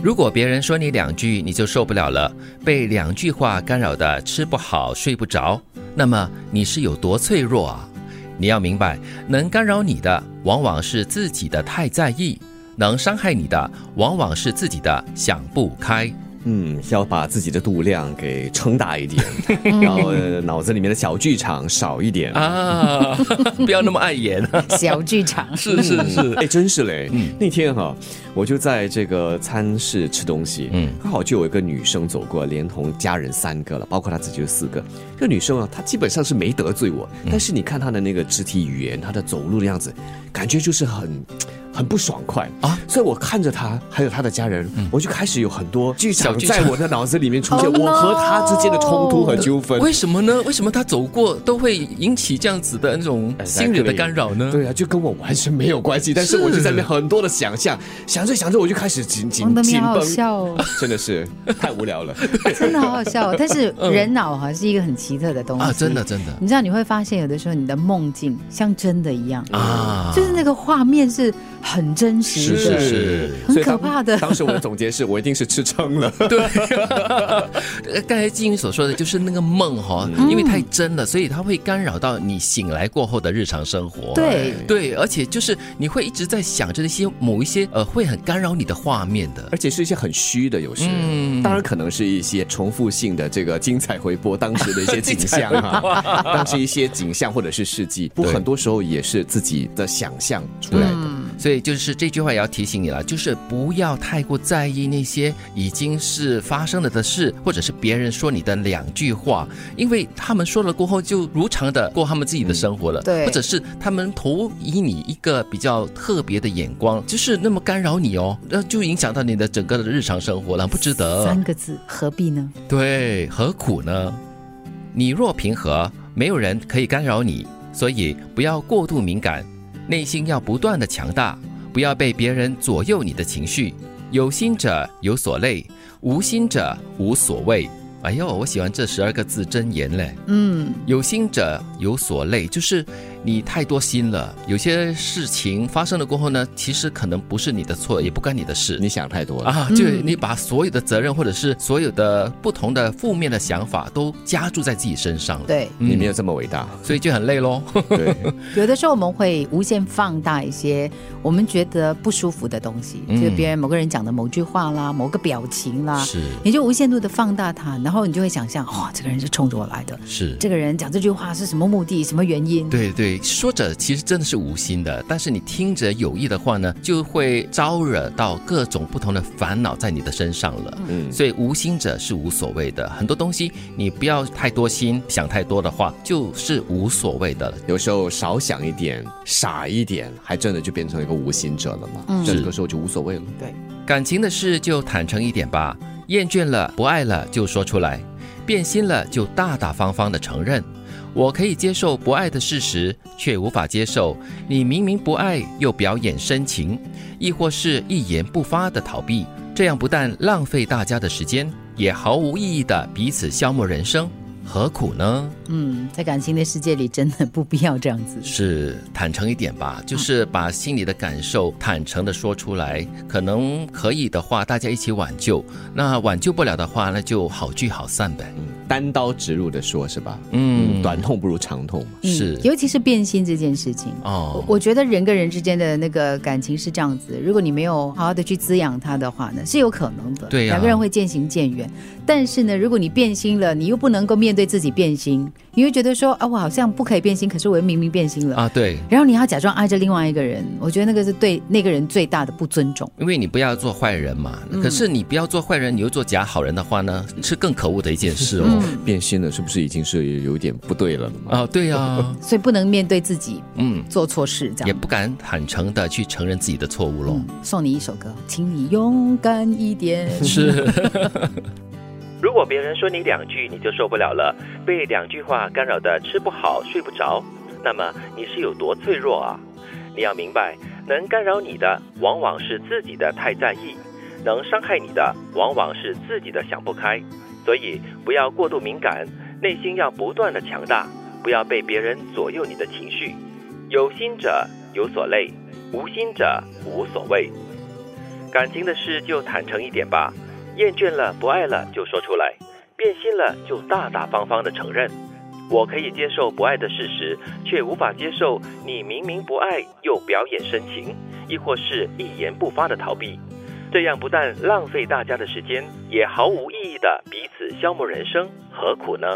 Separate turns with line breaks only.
如果别人说你两句你就受不了了，被两句话干扰的吃不好睡不着，那么你是有多脆弱啊？你要明白，能干扰你的往往是自己的太在意，能伤害你的往往是自己的想不开。
嗯，要把自己的度量给撑大 一点，然后呃脑子里面的小剧场少一点。
啊，不要那么碍眼啊！
小剧场
是是
嗯
是，
哎，真是嘞！那天哈、我就在这个餐室吃东西，
嗯
嗯，刚好就有一个女生走过，连同家人三个了，包括她自己就四个。这个女生啊，她基本上是没得罪我，
嗯
但是你看她的那个肢体语言，她的走路的样子，感觉就是很。很不爽快
啊嗯
啊！所以我看着她，还有她的家人，我就开始有很多剧
小
场
剧
在
场
我的脑子里面出现，
Oh
我和她之间的冲突和
no
纠纷。
为什么呢？为什么他走过都会引起这样子的那种心理的干扰呢？
对啊，就跟我完全没有关系，但是我就在那边很多的想象，想着想着我就开始紧
王
紧
德
紧
明好好
绷，
笑哦，
真的是太无 聊了。
真的好 好笑哦。但是人脑好像是一个很奇特的东西
啊，真的。真的
你知道你会发现，有的时候你的梦境像真的一样，
啊，
就是那个画面是很真实的。
是
很
所以
可
当
怕的
当时我的总结是我一定是吃撑了。
呃 刚才金云所说的就是那个梦哈、因为太真了，所以它会干扰到你醒来过后的日常生活。
对，
对，而且就是你会一直在想着那些某一些呃会很干扰你的画面的。
而且是一些很虚的，有时、
嗯
当然可能是一些重复性的这个精彩回播当时的一些景象 啊，当时一些景象或者是事迹，不过
对
很多时候也是自己的想象出来的。
嗯
所以就是这句话也要提醒你了，就是不要太过在意那些已经是发生了的事，或者是别人说你的两句话，因为他们说了过后就如常的过他们自己的生活了，
对
或者是他们投以你一个比较特别的眼光，就是那么干扰你哦，那就影响到你的整个的日常生活了，不值得
三。个字，何必呢？
对，何苦呢？你若平和，没有人可以干扰你，所以不要过度敏感，内心要不断的强大，不要被别人左右你的情绪。有心者有所累，无心者无所谓。哎呦，我喜欢这十二个字真言嘞。
嗯，
有心者有所累，就是你太多心了。有些事情发生了过后呢，其实可能不是你的错，也不关你的事。
你想太多了。
啊，
嗯
就是你把所有的责任或者是所有的不同的负面的想法都加注在自己身上了，
对。
嗯
你没有这么伟大，
所以就很累喽。
对，
有的时候我们会无限放大一些我们觉得不舒服的东西，
嗯
就是别人某个人讲的某句话啦、某个表情啦，
是
你就无限度的放大它，然后你就会想象，哦，这个人是冲着我来的，
是，
这个人讲这句话是什么目的、什么原因？
对对，说者其实真的是无心的，但是你听着有意的话呢，就会招惹到各种不同的烦恼在你的身上了。
嗯，
所以无心者是无所谓的，很多东西你不要太多心，想太多的话就是无所谓的了。
有时候少想一点，傻一点，还真的就变成一个无心者了嘛。嗯，这个时候就无所谓了。
感情的事就坦诚一点吧，厌倦了、不爱了就说出来，变心了就大大方方的承认。我可以接受不爱的事实，却无法接受你明明不爱又表演深情，亦或是一言不发的逃避。这样不但浪费大家的时间，也毫无意义的彼此消磨人生，何苦呢？
嗯，在感情的世界里，真的不必要这样子。
是坦诚一点吧，就是把心里的感受坦诚的说出来，可能可以的话，大家一起挽救；那挽救不了的话，那就好聚好散呗。
单刀直入的说，是吧？
嗯
嗯，短痛不如长痛嘛。
是
嗯，尤其是变心这件事情。我
哦，
我觉得人跟人之间的那个感情是这样子，如果你没有好好的去滋养它的话呢，是有可能的，
对呀
两个人会渐行渐远。但是呢，如果你变心了，你又不能够面对自己变心，你会觉得说啊，我好像不可以变心，可是我又明明变心了，
啊，对，
然后你还要假装爱着另外一个人，我觉得那个是对那个人最大的不尊重。
因为你不要做坏人嘛，可是你不要做坏人，你又做假好人的话呢，是更可恶的一件事哦。
变心了，是不是已经是有点不对了嘛？
啊，对啊，
所以不能面对自己
嗯，
做错事，这
也
样。嗯
不敢坦诚的去承认自己的错误喽。
送你一首歌，请你勇敢一点。
是。如果别人说你两句，你就受不了了，被两句话干扰的吃不好、睡不着，那么你是有多脆弱啊？你要明白，能干扰你的往往是自己的太在意，能伤害你的往往是自己的想不开。所以不要过度敏感，内心要不断的强大，不要被别人左右你的情绪。有心者有所累，无心者无所谓。
感情的事就坦诚一点吧，厌倦了不爱了就说出来，变心了就大大方方的承认。我可以接受不爱的事实，却无法接受你明明不爱又表演深情，亦或是一言不发的逃避。这样不但浪费大家的时间，也毫无意义的彼此消磨人生，何苦呢？